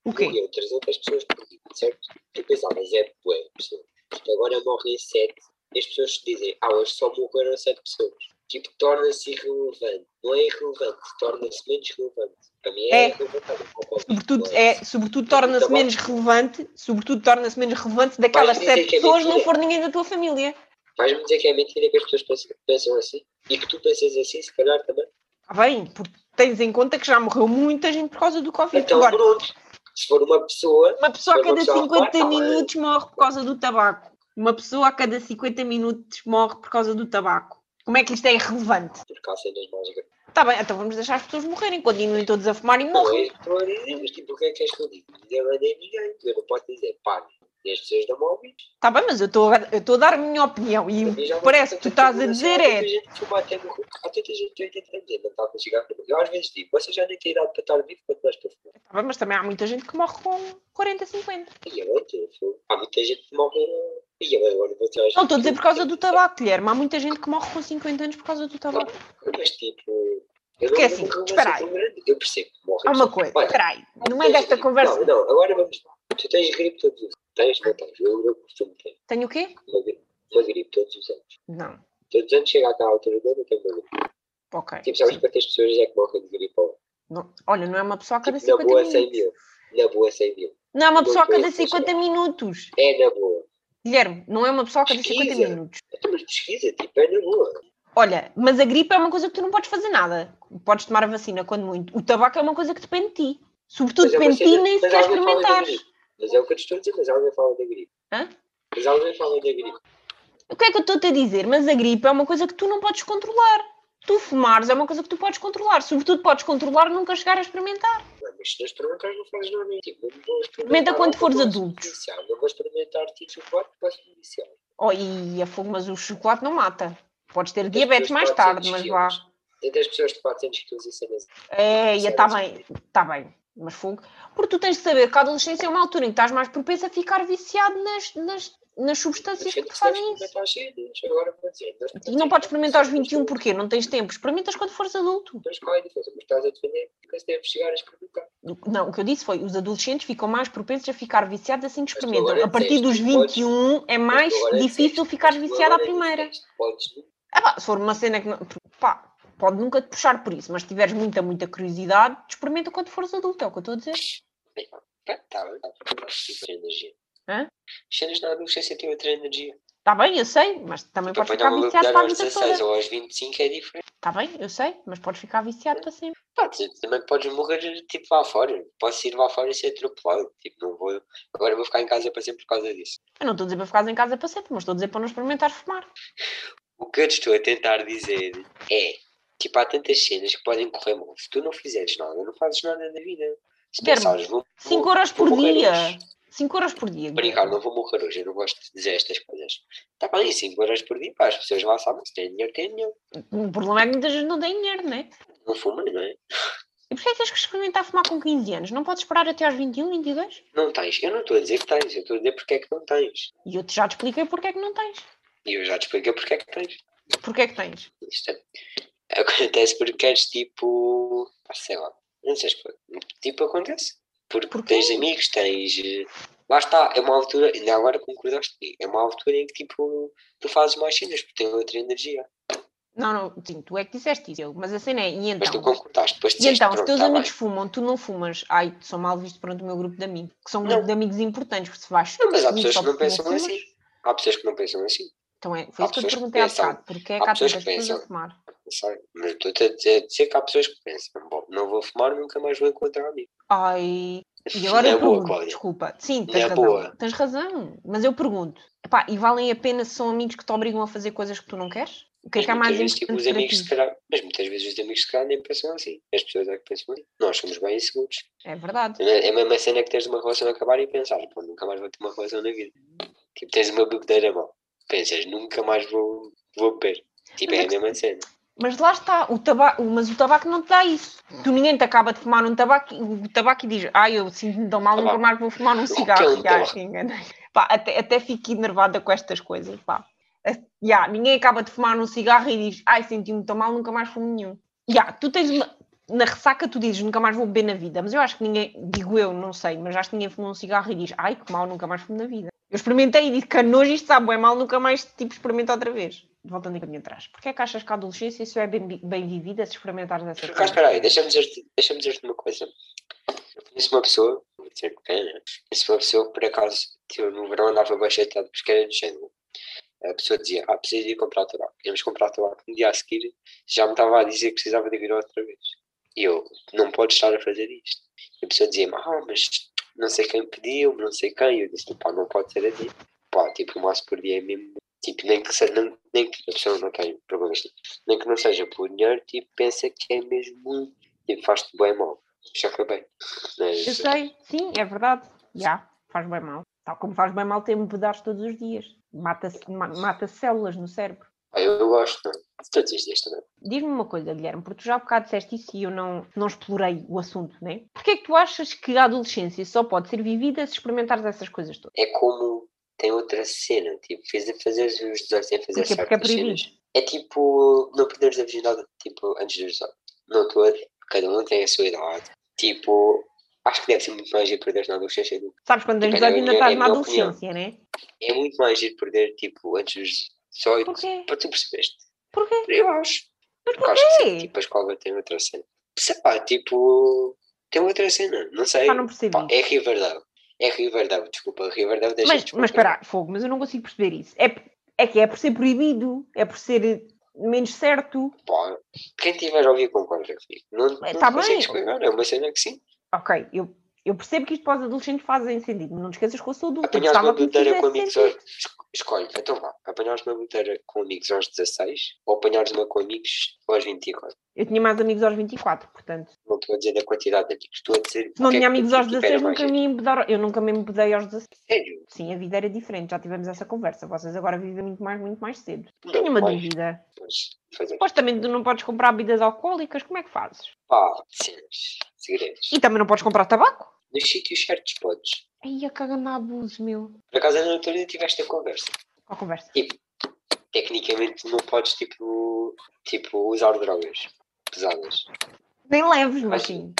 A: O quê?
B: Morriam 300 pessoas por dia, certo? Tu pensavas, é bué, pessoas. Isto agora morrem 7. As pessoas te dizem, ah, hoje só morreram 7 pessoas. Tipo, torna-se irrelevante. Não é irrelevante, torna-se menos relevante. Para mim é,
A: É.
B: irrelevante. não concordo.
A: Sobretudo,
B: Não
A: é, sobretudo torna-se
B: Tá bom.
A: menos relevante, sobretudo torna-se menos relevante daquelas
B: Vais dizer
A: sete
B: que é
A: pessoas não
B: mentira?
A: for ninguém da tua família.
B: Vais-me dizer que é mentira que as pessoas pensam, pensam assim? E que tu pensas assim, se calhar também?
A: Está Tá bem, porque tens em conta que já morreu muita gente por causa do Covid.
B: Então,
A: Agora,
B: pronto. Se for uma pessoa,
A: Uma pessoa a
B: Foi uma
A: cada
B: pessoa
A: 50
B: morta,
A: minutos morre por causa do tabaco. Uma pessoa a cada 50 minutos morre por causa do tabaco. Como é que isto é irrelevante?
B: porque há cenas mais graves.
A: Está bem, então vamos deixar as pessoas morrerem. Continuem todos a fumar e
B: Não,
A: morrem.
B: eu estou a dizer, mas tipo, o que é que és que eu digo? Ninguém vai nem ninguém. Eu não posso dizer, pá, e as pessoas não me ouvem.
A: Está Tá bem, mas eu estou a, eu estou a dar a minha opinião.
B: Para
A: E
B: mim já não
A: parece
B: tem
A: que tu
B: tanta
A: estás a
B: relação,
A: dizer
B: Há
A: é...
B: tanta gente que fuma até morrer, há tanta gente que tem tanta gente, não está a chegar para Eu às vezes digo, vocês já nem têm idade para estar vivo quanto mais para fumar.
A: Tá bem, mas também há muita gente que morre com 40, 50.
B: E eu ontem, eu fui- há muita gente que morre. eh, E eu agora vou ter
A: Não estou a dizer por causa do tabaco, Guilherme. Há muita gente que morre com 50 anos por causa do tabaco.
B: Mas tipo. Eu
A: Porque
B: não-
A: assim,
B: não vou
A: espera
B: ser
A: aí.
B: tão grande, Eu percebo que morre.
A: Há uma coisa,
B: Olha,
A: espera aí. No meio desta conversa...
B: Não, não, agora vamos lá. Tu tens gripe todos os anos. Tens, não tens. Eu, eu costumo ter
A: Tenho o quê?
B: uma gripe, uma gripe todos os anos.
A: Não.
B: Todos os anos chega àquela altura do ano, eu tenho uma gripe.
A: Ok.
B: Tipo, sabes
A: Sim.
B: quantas pessoas é que morrem de gripe ao ano?
A: Não- Olha, não é uma pessoa a cada
B: Tipo, na
A: 50
B: boa, 100
A: minutos.
B: mil. Na boa, 100 mil.
A: Não é uma
B: Não
A: pessoa a
B: foi
A: cada
B: isso,
A: 50 minutos.
B: É na boa.
A: Guilherme, não é uma pessoa a cada 50
B: Pesquisa.
A: minutos.
B: Então, Mas pesquisa, tipo, é na boa.
A: Olha, mas a gripe é uma coisa que tu não podes fazer nada. Podes tomar a vacina quando muito. O tabaco é uma coisa que depende de ti. Sobretudo
B: Mas é uma
A: depende de ti
B: cena-
A: nem
B: mas
A: sequer
B: alguém fala da
A: experimentares.
B: gripe. Mas é o que eu te estou a dizer, mas alguém fala da gripe.
A: Hã?
B: Mas alguém fala da gripe.
A: O que é que eu estou-te a dizer? Mas a gripe é uma coisa que tu não podes controlar. Tu fumares é uma coisa que tu podes controlar. Sobretudo podes controlar nunca chegar a experimentar.
B: Não, mas se não experimentares, não fazes nada. Tipo, não vou
A: Experimenta
B: experimentar
A: quando
B: algo
A: fores
B: que possa
A: adulto.
B: Inicial. Não vou experimentar tipo chocolate que posso inicial.
A: Oh, e a fogo, mas o chocolate não mata. Podes ter diabetes mais tarde, mas vá.
B: Entre as pessoas de 400 quilos e cenas.
A: É,
B: Isso
A: ia
B: é
A: está
B: isso.
A: bem, está bem. Mas fogo. Porque tu tens de saber que a adolescência é uma altura em que estás mais propenso a ficar viciado nas, nas, nas substâncias que te fazem isso.
B: Agora vou dizer. nós
A: E não podes experimentar aos
B: Sim, mas
A: 21
B: tu-
A: porquê? Não tens tempo. Experimentas quando fores adulto.
B: Mas qual é a diferença? Mas estás a defender que se deve chegar a experimentar.
A: Não, o que eu disse foi, os adolescentes ficam mais propensos a ficar viciados assim que
B: Mas tu
A: experimentam.
B: agora
A: A partir dos
B: disseste, podes-
A: 21 é
B: mas
A: mais
B: tu agora
A: difícil
B: disseste,
A: ficar
B: Tu
A: viciado à
B: agora
A: primeira.
B: disseste, Podes
A: Ah pá, se for uma cena que não... Pá, pode nunca te puxar por isso, mas se tiveres muita, muita curiosidade, experimenta quando fores adulto, é o que eu estou a dizer.
B: Tá, tá, bem, tá, bem, tá, outra energia.
A: Hã?
B: As cenas na adolescência têm outra energia.
A: Está Tá bem, eu sei, mas também
B: Para
A: podes
B: apanhar
A: ficar viciado
B: uma bebida
A: para a vida
B: aos 16
A: toda.
B: ou aos 25 é diferente.
A: Está bem, eu sei, mas podes ficar viciado para sempre.
B: Pá, tu também podes morrer tipo lá fora. Posso ir lá fora e ser atropelado. Tipo, não vou. Agora vou ficar em casa para sempre por causa disso.
A: Eu não estou a dizer para ficares em casa para sempre, mas estou a dizer para não experimentares fumar.
B: O que eu te estou a tentar dizer é, tipo, há tantas cenas que podem correr mal. Se tu não fizeres nada, não fazes nada na vida. Se
A: Guilherme,
B: pensares, vou,
A: 5
B: vou,
A: horas
B: vou
A: por
B: morrer
A: dia.
B: hoje.
A: 5 horas por dia. Guilherme.
B: Brincar, não vou morrer hoje, eu não gosto de dizer estas coisas. Está bem, 5 horas por dia, pá, as pessoas lá sabem, se tem dinheiro, tem dinheiro.
A: O problema é que muita gente não tem dinheiro, não é?
B: Não fuma, não é?
A: E porquê é que tens que experimentar fumar com 15 anos? Não podes esperar até aos 21, 22?
B: Não tens. Eu não estou a dizer que tens, eu estou a dizer porque é que não tens.
A: E eu te já te expliquei porque é que não tens.
B: E eu já te expliquei porque é que tens.
A: Porque é que tens?
B: Isto é- acontece porque queres, tipo, pá, sei lá, não sei explicar. Tipo, acontece. Porque
A: Porquê?
B: tens amigos, tens. eh, Lá está, é uma altura, ainda agora concordaste comigo, é uma altura em que, tipo, tu fazes mais cenas porque tem outra energia.
A: Não, não, sim, tu é que disseste isso, eu, mas a cena é, e
B: Mas tu
A: então?
B: concordaste, depois
A: E
B: disseste,
A: então, os
B: pronto,
A: teus
B: tá
A: amigos
B: bem.
A: fumam, tu não fumas. Ai, sou mal visto perante o meu grupo de amigos, que são um
B: Não.
A: grupo de amigos importantes, porque se vais.
B: Não, mas há
A: comigo
B: pessoas
A: só
B: que não
A: porque
B: pensam
A: fumas,
B: assim. Há pessoas que não pensam assim.
A: Então é, foi isso que
B: Há
A: eu te
B: pessoas que
A: perguntei há
B: pensam.
A: bocado, porque é
B: Há
A: que há
B: pessoas
A: tantas
B: que
A: pessoas a
B: pensam.
A: fumar.
B: Sabe? Mas estou-te a dizer, a dizer que há pessoas que pensam, bom, não vou fumar, nunca mais vou encontrar amigo.
A: Ai, e agora
B: Na
A: eu
B: é boa,
A: pergunto,
B: Cláudia.
A: desculpa, sim,
B: Na
A: tens razão,
B: boa.
A: tens razão, mas eu pergunto, epá, e valem a pena se são amigos que te obrigam a fazer coisas que tu não queres? O que é
B: Mas
A: que há
B: muitas
A: mais
B: vezes, tipo,
A: importante
B: os
A: para
B: amigos, se
A: ti?
B: calhar, mas muitas vezes os amigos se calhar nem pensam assim. As pessoas é que pensam assim. Nós somos bem inseguros.
A: É verdade,
B: É a mesma cena que tens uma relação a acabar e pensar, pô, nunca mais vou ter uma relação na vida. Tipo, tens uma bebedeira mal. Pensas, nunca mais vou, vou beber. Tipo,
A: Mas
B: é
A: é
B: a mesma cena.
A: mas lá está, o tabaco, mas o tabaco não te dá isso. Tu ninguém te acaba de fumar um tabaco, e- o tabaco e diz, ai, eu sinto-me tão mal, nunca
B: Tabaco.
A: mais vou fumar um
B: que é
A: cigarro.
B: um
A: Já,
B: tabaco?
A: enganei. Pá, até, até fico enervada com estas coisas, pá. Ah, já, ninguém acaba de fumar um cigarro e diz, ai, senti-me tão mal, nunca mais fumo nenhum. Já, tu tens uma- Na ressaca tu dizes nunca mais vou beber na vida, mas eu acho que ninguém, digo eu, não sei, mas acho que ninguém fumou um cigarro e diz ai que mal, nunca mais fumo na vida. Eu experimentei e disse que a nojo isto sabe bem mal, nunca mais tipo experimento outra vez. Voltando um bocadinho atrás, porque é que achas que a adolescência isso é bem, bem vivida se experimentares essa
B: Por
A: coisa?
B: acaso, espera aí, deixa-me dizer-te deixa dizer uma coisa. Eu conheço uma pessoa, não vou dizer quem, né? Conheço uma pessoa que por acaso, tipo, no verão andava bem chateado porque era do género. A pessoa dizia, ah, preciso ir comprar tabaco. Íamos comprar tabaco no dia a seguir, já me estava a dizer que precisava de ir outra vez. E eu, não podes estar a fazer isto. E a pessoa dizia, ah, mas não sei quem pediu, não sei quem. E eu disse, pá, não pode ser a ti. Pá, tipo, o máximo por dia é mesmo. Tipo, nem que, se- nem, nem que a pessoa não tenha problemas tipo, nem que não seja por dinheiro, tipo, pensa que é mesmo muito, tipo, faz-te bem mal. Já foi bem. Mas,
A: Eu sei, sim, é verdade. Já, faz bem mal. Tal como faz bem mal ter bebedares todos os dias. Mata, ma- mata células no cérebro.
B: ah, eu, eu gosto, não. Todos os dias também.
A: Diz-me uma coisa, Guilherme, porque tu já há bocado disseste isso e eu não, não explorei o assunto, não é? Porquê é que tu achas que a adolescência só pode ser vivida se experimentares essas coisas todas?
B: É como tem outra cena, tipo, fiz fazer os 18 sem fazer
A: Porquê? Porque é
B: certas
A: proibido.
B: cenas. É tipo, não perderes a virgindade, tipo, antes dos 18. Não estou a cada um tem a sua idade. Tipo, acho que deve ser muito mais ir perder na adolescência do
A: Sabes, quando tens
B: Tipo, é
A: 18
B: a
A: ainda
B: minha-
A: estás
B: é a
A: na
B: minha opinião.
A: adolescência, não é?
B: É muito mais ir perder, tipo, antes dos 18.
A: Porquê?
B: Para tu percebeste.
A: Porquê?
B: Eu acho.
A: Mas
B: Porque acho que
A: porquê?
B: sim, tipo, a escola tem outra cena. Sei lá, tipo, tem outra cena, não sei.
A: Pá, não percebi.
B: Pá, é Riverdale. É Riverdale, desculpa, Riverdale deixa
A: Mas, mas espera, fogo, mas eu não consigo perceber isso. É, p- é que é por ser proibido, é por ser eh, menos certo.
B: Pá, quem tiver a ouvir concorda comigo. Não, não
A: Mas
B: te
A: tá bem.
B: consigo explicar, é uma cena que sim.
A: Ok, eu, eu percebo que isto para os adolescentes fazem sentido, mas não te esqueças que eu sou adulta. Eu
B: Apanhares uma
A: gostava que me
B: bebedeira com
A: fizesse
B: amigos
A: sentido.
B: aos... es- Escolhe, então vá. Apanhares uma bebedeira com amigos aos 16 ou apanhares uma com amigos aos 24.
A: Eu tinha mais amigos aos 24, portanto.
B: Não estou a dizer da quantidade de amigos, estou a dizer...
A: Se não
B: o que é
A: tinha
B: que
A: amigos aos
B: tipo, era
A: 16,
B: mais
A: nunca me embedar. Eu nunca me embedei aos 16.
B: Sério?
A: Sim, a vida era diferente, já tivemos essa conversa. Vocês agora vivem muito mais, muito mais cedo.
B: Não,
A: Tenho uma
B: mais,
A: dúvida.
B: mas fazer. um
A: Supostamente tu não podes comprar bebidas alcoólicas, como é que fazes?
B: Pá, cenas, segredos.
A: E também não podes comprar tabaco?
B: Nos sítios certos podes.
A: Ai, a cagando a abuso, meu.
B: Por acaso ainda não estou nem tive esta conversa.
A: Qual conversa?
B: Tecnicamente tu não podes tipo, tipo usar drogas pesadas.
A: Nem leves, mas
B: Mas-
A: sim.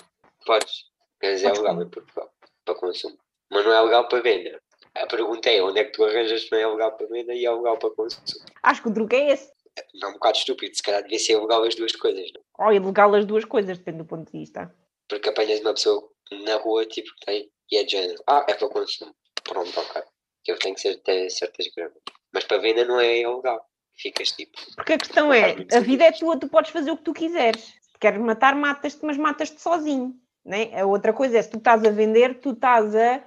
B: Podes. Mas é
A: Podes
B: legal
A: como?
B: em Portugal, para consumo. Mas não é legal para venda. A pergunta é onde é que tu arranjas se não é legal para venda e é legal para consumo.
A: Acho que o truque é esse.
B: é um bocado estúpido, se calhar devia ser legal as duas coisas, não? é?
A: Ou ilegal as duas coisas, depende do ponto de vista.
B: Porque apanhas uma pessoa na rua, tipo, que tem, e é de género. Ah, é para consumo. Pronto, ok. Eu tenho que ser, ter certas gramas. Mas para venda não é ilegal. Ficas tipo.
A: Porque a questão é, a vida é tua, tu podes fazer o que tu quiseres. Se queres matar, matas-te, mas matas-te sozinho. Né? A outra coisa é, se tu estás a vender, tu estás a.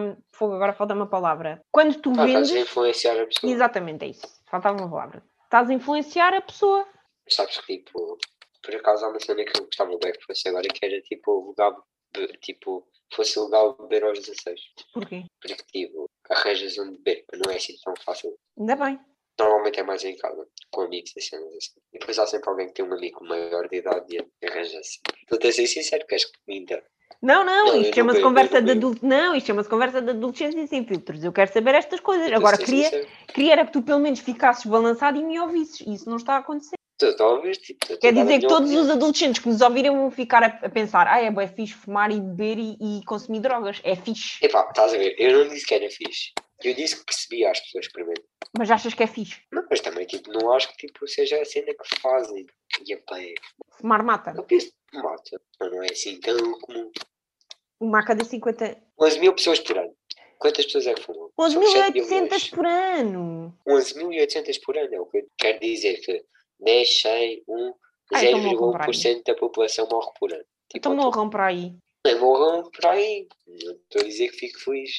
A: hum, fogo, agora falta uma palavra. Quando tu
B: Ah, estás
A: vendes.
B: a influenciar a pessoa.
A: Exatamente, é isso. Faltava uma palavra. Estás a influenciar a pessoa.
B: Sabes que tipo. Por acaso há uma cena que eu gostava bem que fosse agora, que era tipo legal. be- Tipo, fosse legal beber aos 16.
A: Porquê?
B: Porque tipo, arranjas um beber, não é assim tão fácil.
A: Ainda bem.
B: Normalmente é mais em casa, com amigos e cenas assim. E depois há sempre alguém que tem um amigo maior de idade e arranja assim. Estou a ser sincero, que és comida.
A: Não, não,
B: Não, eu
A: isto
B: não
A: chama-se
B: bebo, eu
A: conversa
B: não
A: de
B: bebo.
A: adulto. Não, isto chama-se conversa de adolescência e sem filtros. Eu quero saber estas coisas. Agora queria, queria era que tu pelo menos ficasses balançado e me ouvisses. Isso não está a acontecer.
B: Talvez, tipo, tô-
A: Quer
B: tô a dar a
A: dizer que
B: minha
A: todos
B: opinião.
A: os adolescentes que nos ouvirem vão ficar a, a pensar: ah, é bem fixe fumar e beber e, e consumir drogas. É fixe.
B: Epá, estás a ver, eu não disse que era fixe. Eu disse que percebia as pessoas primeiro.
A: Mas achas que é fixe?
B: Não, Mas também, tipo, não acho que tipo, seja a cena que fazem. E bem,
A: Fumar mata.
B: eu penso que mata. Mas não é assim tão comum.
A: Uma a cada 50.
B: 11 mil pessoas por ano. Quantas pessoas é que fumam? São 7 milhões.
A: 11.800 por ano.
B: 11.800 por ano, é o que eu quero dizer que 10, 100, 1,
A: Ah, então vou comprar
B: 0,1% da população morre por ano.
A: Então morram para aí.
B: Tipo, morram por aí. Não estou a dizer que fico feliz.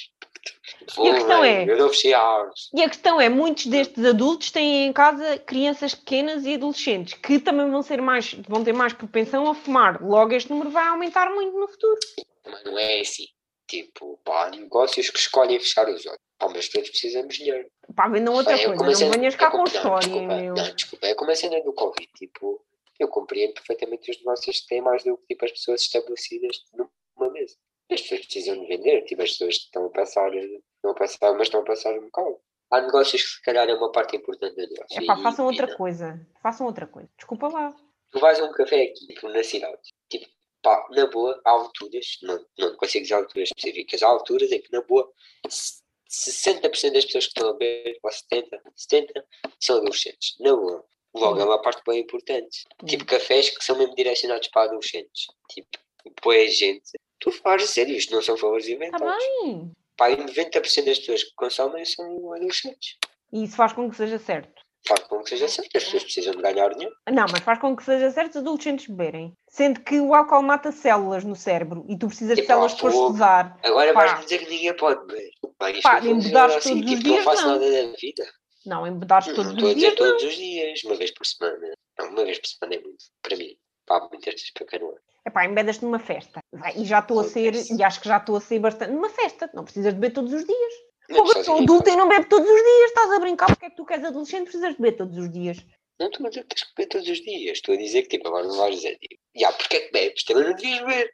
A: E a questão é-
B: Eu não fechei a armas.
A: E a questão é, muitos destes adultos têm em casa crianças pequenas e adolescentes que também vão, ser mais, vão ter mais propensão a fumar. Logo, este número vai aumentar muito no futuro.
B: Mas não é assim. Tipo, pá, há negócios que escolhem fechar os olhos. Pá, mas todos precisamos de dinheiro.
A: Pá, vendam outra
B: Pá, é como a
A: coisa, não
B: cena-
A: venhas
B: é
A: cá
B: como-
A: com
B: não,
A: história,
B: desculpa,
A: meu.
B: Não, desculpa, é como a cena do Covid. Tipo, eu compreendo perfeitamente os negócios que têm mais do que tipo, as pessoas estabelecidas numa mesa. As pessoas precisam de vender, tipo, as pessoas estão a passar, estão a passar, mas estão a passar um bocado. Há negócios que se calhar é uma parte importante do negócio.
A: É pá,
B: e-
A: façam
B: e
A: outra
B: não.
A: coisa. Façam outra coisa. Desculpa lá. Tá
B: Tu vais a um café aqui, tipo, na cidade, tipo, pá, na boa, há alturas, não, não consigo dizer alturas específicas, há alturas em que na boa se- 60% das pessoas que estão a beber, ou 70%, 70% são adolescentes, na boa. Logo, é uma parte bem importante. Tipo, cafés que são mesmo direcionados para adolescentes. Tipo, depois gente. Tu fazes sério, isto não são favores
A: Está
B: inventados.
A: Tá bem.
B: Pá, e 90% das pessoas que consomem são adolescentes.
A: E isso faz com que seja certo.
B: Faz com que seja certo, as pessoas precisam de ganhar dinheiro.
A: Não, mas faz com que seja certo os adolescentes beberem. Sendo que o álcool mata células no cérebro e tu precisas de
B: Epá,
A: células para
B: fogo.
A: estudar.
B: Agora
A: Pá.
B: vais-me dizer que ninguém pode beber. Pá, isto
A: Pá,
B: não
A: nem
B: funciona
A: mudares
B: assim,
A: todos os
B: tipo,
A: dias,
B: não faço
A: não.
B: nada da vida.
A: Não, embedares
B: Não
A: todos
B: estou Uhum, a
A: os
B: dizer
A: dias, não.
B: todos os dias, uma vez por semana. Não, uma vez por semana é muito, para mim. Pá, muitas vezes para canoa.
A: Epá, embedas-te numa festa. Vai, E já estou a ser,
B: Acontece.
A: e acho que já estou a ser bastante. Numa festa, não precisas de beber todos os dias.
B: Não
A: Pô, eu
B: precisas
A: sou
B: de
A: adulta
B: beber.
A: e não bebo todos os dias, estás a brincar, porque é que tu queres adolescente precisas de beber todos os dias?
B: Não estou a dizer que tens que beber todos os dias. Estou a dizer que tipo, agora não vais dizer, tipo, já, porque é que bebes? Também não devias beber.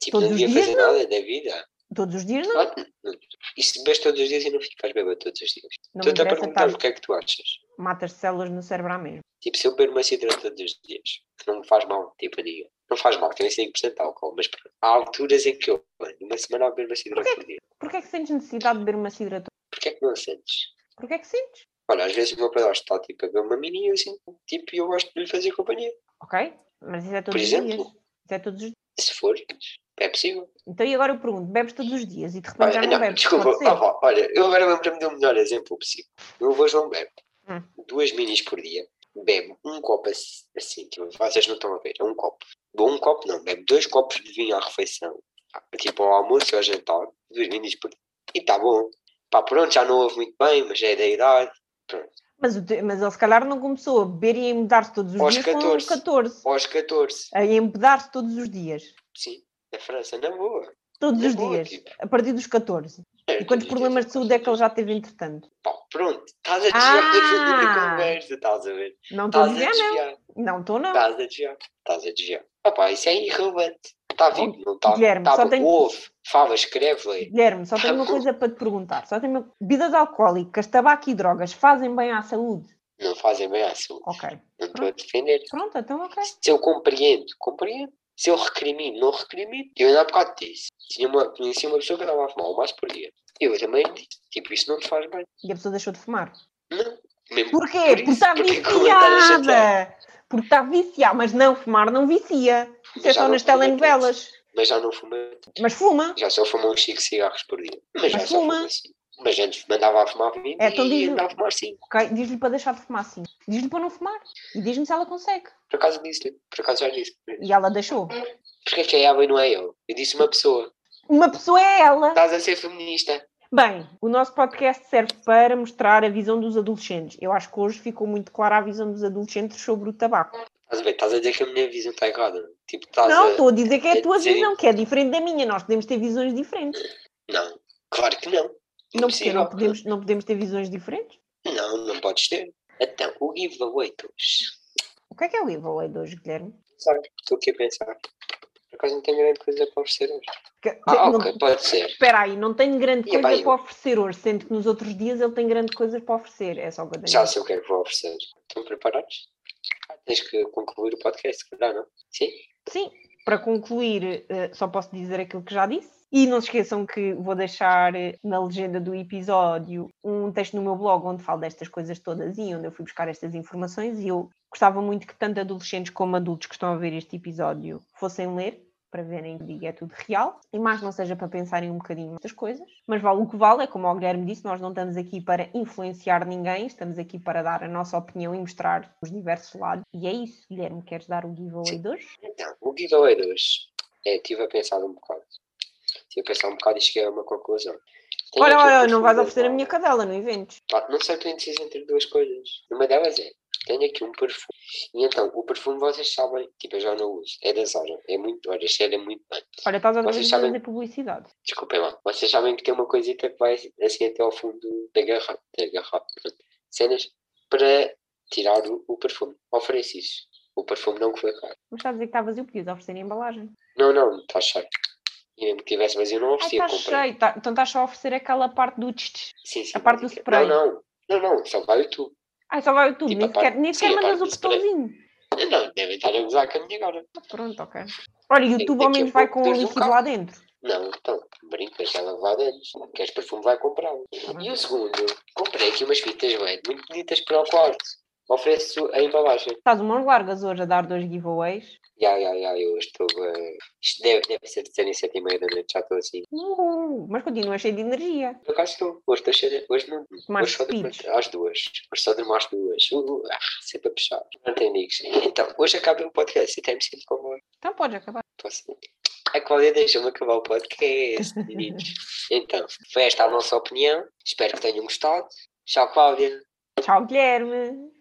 B: Tipo,
A: Todos
B: não
A: os
B: devias
A: dias,
B: fazer nada da vida.
A: Todos os dias não.
B: Ah, não. E se bebes todos os dias e não ficas bêbado todos os dias?
A: Não me
B: Estou-te a
A: interessa,
B: perguntar
A: estás,
B: o que é que tu achas.
A: matas células no cérebro à mesma.
B: Tipo, se eu beber uma cidra todos os dias, que não me faz mal, tipo, a ninguém. Não faz mal, tenho 5% de álcool, mas pronto. há alturas em que eu, mano, uma semana a beber uma cidra por dia.
A: Porquê é que sentes necessidade de beber uma cidra toda?
B: Porquê é que não sentes?
A: Porquê é que sentes?
B: Olha, às vezes o meu padrasto está tipo, a beber uma mini e eu sinto, tipo, eu gosto de lhe fazer companhia.
A: Ok? Mas isso é todos
B: Por
A: os
B: exemplo?
A: dias. Isso é todos os dias.
B: Se for, é possível.
A: Então e agora eu pergunto, bebes todos os dias e de repente
B: Olha,
A: já não,
B: não,
A: bebes?
B: desculpa,
A: Pode ser?
B: ó, vó, olha, eu agora lembro-me de um melhor exemplo possível. O Meu avô João bebe
A: Hum.
B: duas minis por dia, bebe um copo assim, assim, tipo, vocês não estão a ver, é um copo. Bom, um copo não, bebe dois copos de vinho à refeição, tipo ao almoço e ao jantar, duas minis por dia. E tá bom. Pá, pronto, já não ouve muito bem, mas já é da idade.
A: Mas, o te- mas ele se calhar não começou a beber e a mudar-se todos os
B: Aos
A: dias com os
B: 14.
A: 14.
B: Aos 14,
A: A embedar-se todos os dias.
B: sim, na França, na boa.
A: Todos
B: na
A: os
B: boa,
A: dias.
B: tipo.
A: A partir dos 14.
B: É,
A: E quantos
B: todos os
A: problemas de
B: dias,
A: saúde é que ele já teve entretanto?
B: Pá, pronto, estás a desviar da
A: Ah!
B: da conversa, estás a ver?
A: Não estou a
B: Estás a
A: dizer, não.
B: desviar.
A: Não estou, não.
B: Estás a desviar. Estás a desviar. tá Opa, isso é irrelevante. Está vivo, não está?
A: Guilherme,
B: tá
A: só
B: bom.
A: tenho-
B: Ouve, fala, escreve, lê.
A: Guilherme, só
B: Tá,
A: tenho uma coisa para te perguntar. Só tenho uma... Bebidas alcoólicas, tabaco e drogas fazem bem à saúde?
B: Não fazem bem à saúde.
A: Ok.
B: Não estou a defender.
A: Pronto, então ok.
B: Se eu compreendo, compreendo. Se eu recrimino, não recrimino. Eu ainda há bocado disse. Tinha uma, conheci uma pessoa que estava a fumar o mais por dia. Eu também disse. Tipo, isso não te faz bem.
A: E a pessoa deixou de fumar.
B: Não. Mesmo
A: Porquê?
B: por
A: Porque está
B: porque comentaram essa tela.
A: viciada! Porque está viciada, mas não, fumar não vicia. Isso é
B: Mas já
A: só
B: não
A: nas
B: fumei
A: telenovelas.
B: Mas já não fumei.
A: Mas fuma.
B: Já só fumo uns 5 cigarros por dia. Mas, já
A: Mas
B: só
A: fuma.
B: fumo assim. Mas antes mandava a fumar 20
A: É, então
B: e
A: diz-
B: andava a fumar 5.
A: ok? Diz-lhe para deixar de fumar assim. Diz-lhe para não fumar. E diz-me se ela consegue.
B: Por acaso disse Por acaso já disse.
A: E ela deixou.
B: Porquê que é ela e não é eu? Eu disse uma pessoa.
A: Uma pessoa é ela.
B: Estás a ser feminista.
A: Bem, o nosso podcast serve para mostrar a visão dos adolescentes. Eu acho que hoje ficou muito clara a visão dos adolescentes sobre o tabaco.
B: Estás a ver? Estás a dizer que a minha visão está errada. Tipo, estás
A: não,
B: a...
A: estou a dizer que é a
B: a
A: tua
B: dizer-
A: visão, que é diferente da minha. Nós podemos ter visões diferentes.
B: Não. Claro que
A: Não,
B: não.
A: é porque
B: Impossível.
A: não podemos, não podemos ter visões diferentes.
B: Não, não podes ter. Então, o giveaway de hoje.
A: O que é que é o giveaway de hoje, Guilherme?
B: Sabe? Estou aqui a pensar. Por acaso não tenho grande coisa para oferecer hoje.
A: Que-
B: Ah,
A: não-
B: ok, pode ser.
A: Espera aí, não tenho grande
B: E,
A: coisa
B: pá, eu-
A: para oferecer hoje, sendo que nos outros dias ele tem grande coisa para oferecer. É só o que eu tenho.
B: Já sei o que é que vou oferecer. Estão preparados? Ah, Tens que concluir o podcast, se calhar, não? Sim?
A: Sim, para concluir, eh, só posso dizer aquilo que já disse. E não se esqueçam que vou deixar eh, na legenda do episódio um texto no meu blog onde falo destas coisas todas e onde eu fui buscar estas informações. E eu gostava muito que tanto adolescentes como adultos que estão a ver este episódio fossem ler. Para verem que digo é tudo real, e mais não seja para pensarem um bocadinho estas coisas, mas vale o que vale, é como o Guilherme disse, nós não estamos aqui para influenciar ninguém, estamos aqui para dar a nossa opinião e mostrar os diversos lados. E é isso, Guilherme, queres dar o giveaway
B: Sim.
A: de hoje?
B: Então, o giveaway de hoje. É, estive a pensar um bocado. Estive a pensar um bocado e cheguei a uma conclusão. Tenho
A: Olha,
B: aqui
A: olha,
B: um
A: não vais
B: perfil
A: oferecer a
B: normal.
A: minha cadela, não inventes.
B: Pá, não sei, estou indeciso entre duas coisas. Uma delas é, tenho aqui um perfume. E então, o perfume vocês sabem, tipo, eu já não uso. É da Zara. É muito, olha, cheira muito bem.
A: Olha, estás a
B: Vocês
A: fazer
B: sabem-
A: publicidade.
B: Desculpem lá. Vocês sabem que tem uma coisita que vai assim até ao fundo da garrafa. Da garrafa. pronto. Cenas para tirar o, o perfume. Ofereço isso. O perfume não que foi caro.
A: Mas estás a dizer que está vazio, podias oferecer a embalagem.
B: Não, não, está cheio. E mesmo que tivesse vazio, não
A: Ah,
B: oferecia.
A: está
B: comprei.
A: cheio. tá- Então estás só a oferecer aquela parte do tch, tch.
B: Sim, sim,
A: A parte do
B: basicamente.
A: spray.
B: Não, não. Não, não. Só vai o tubo.
A: Ai, só vai o tubo,
B: Tipo
A: nem
B: a parte-
A: sequer, nem
B: sim,
A: sequer
B: a
A: mandas
B: parte
A: o
B: do spray.
A: botãozinho.
B: Não, devem estar a gozar com a minha agora.
A: Ah, Pronto, ok. Olha, e o
B: Sim,
A: tubo ao
B: daqui a
A: menos vai
B: pouco
A: com o
B: tens um
A: líquido
B: carro.
A: lá dentro.
B: Não, então, brincas, ela vai deles. Queres perfume, vai comprá-lo. E o segundo, comprei aqui umas fitas bem, muito bonitas para o quarto. Ofereço a embalagem.
A: Estás de mãos largas hoje a dar dois giveaways.
B: Ya, ya, ya, eu estou. eh, Isto deve, deve ser de ser em sete e meia da noite, já estou assim.
A: Uh, mas continua cheio de energia.
B: Por acaso estou, hoje estou cheio de- Hoje não.
A: Mais
B: hoje só durmo
A: speeds.
B: às duas. Hoje só durmo às duas. Uh, ah, sempre a puxar. Não tem amigos. Então, hoje acaba o podcast. Até me sinto como hoje.
A: Então podes acabar.
B: Posso... É que valeu, deixa-me acabar o podcast, meninos. Então, foi esta a nossa opinião. Espero que tenham gostado. Tchau, Cláudia.
A: Tchau, Guilherme.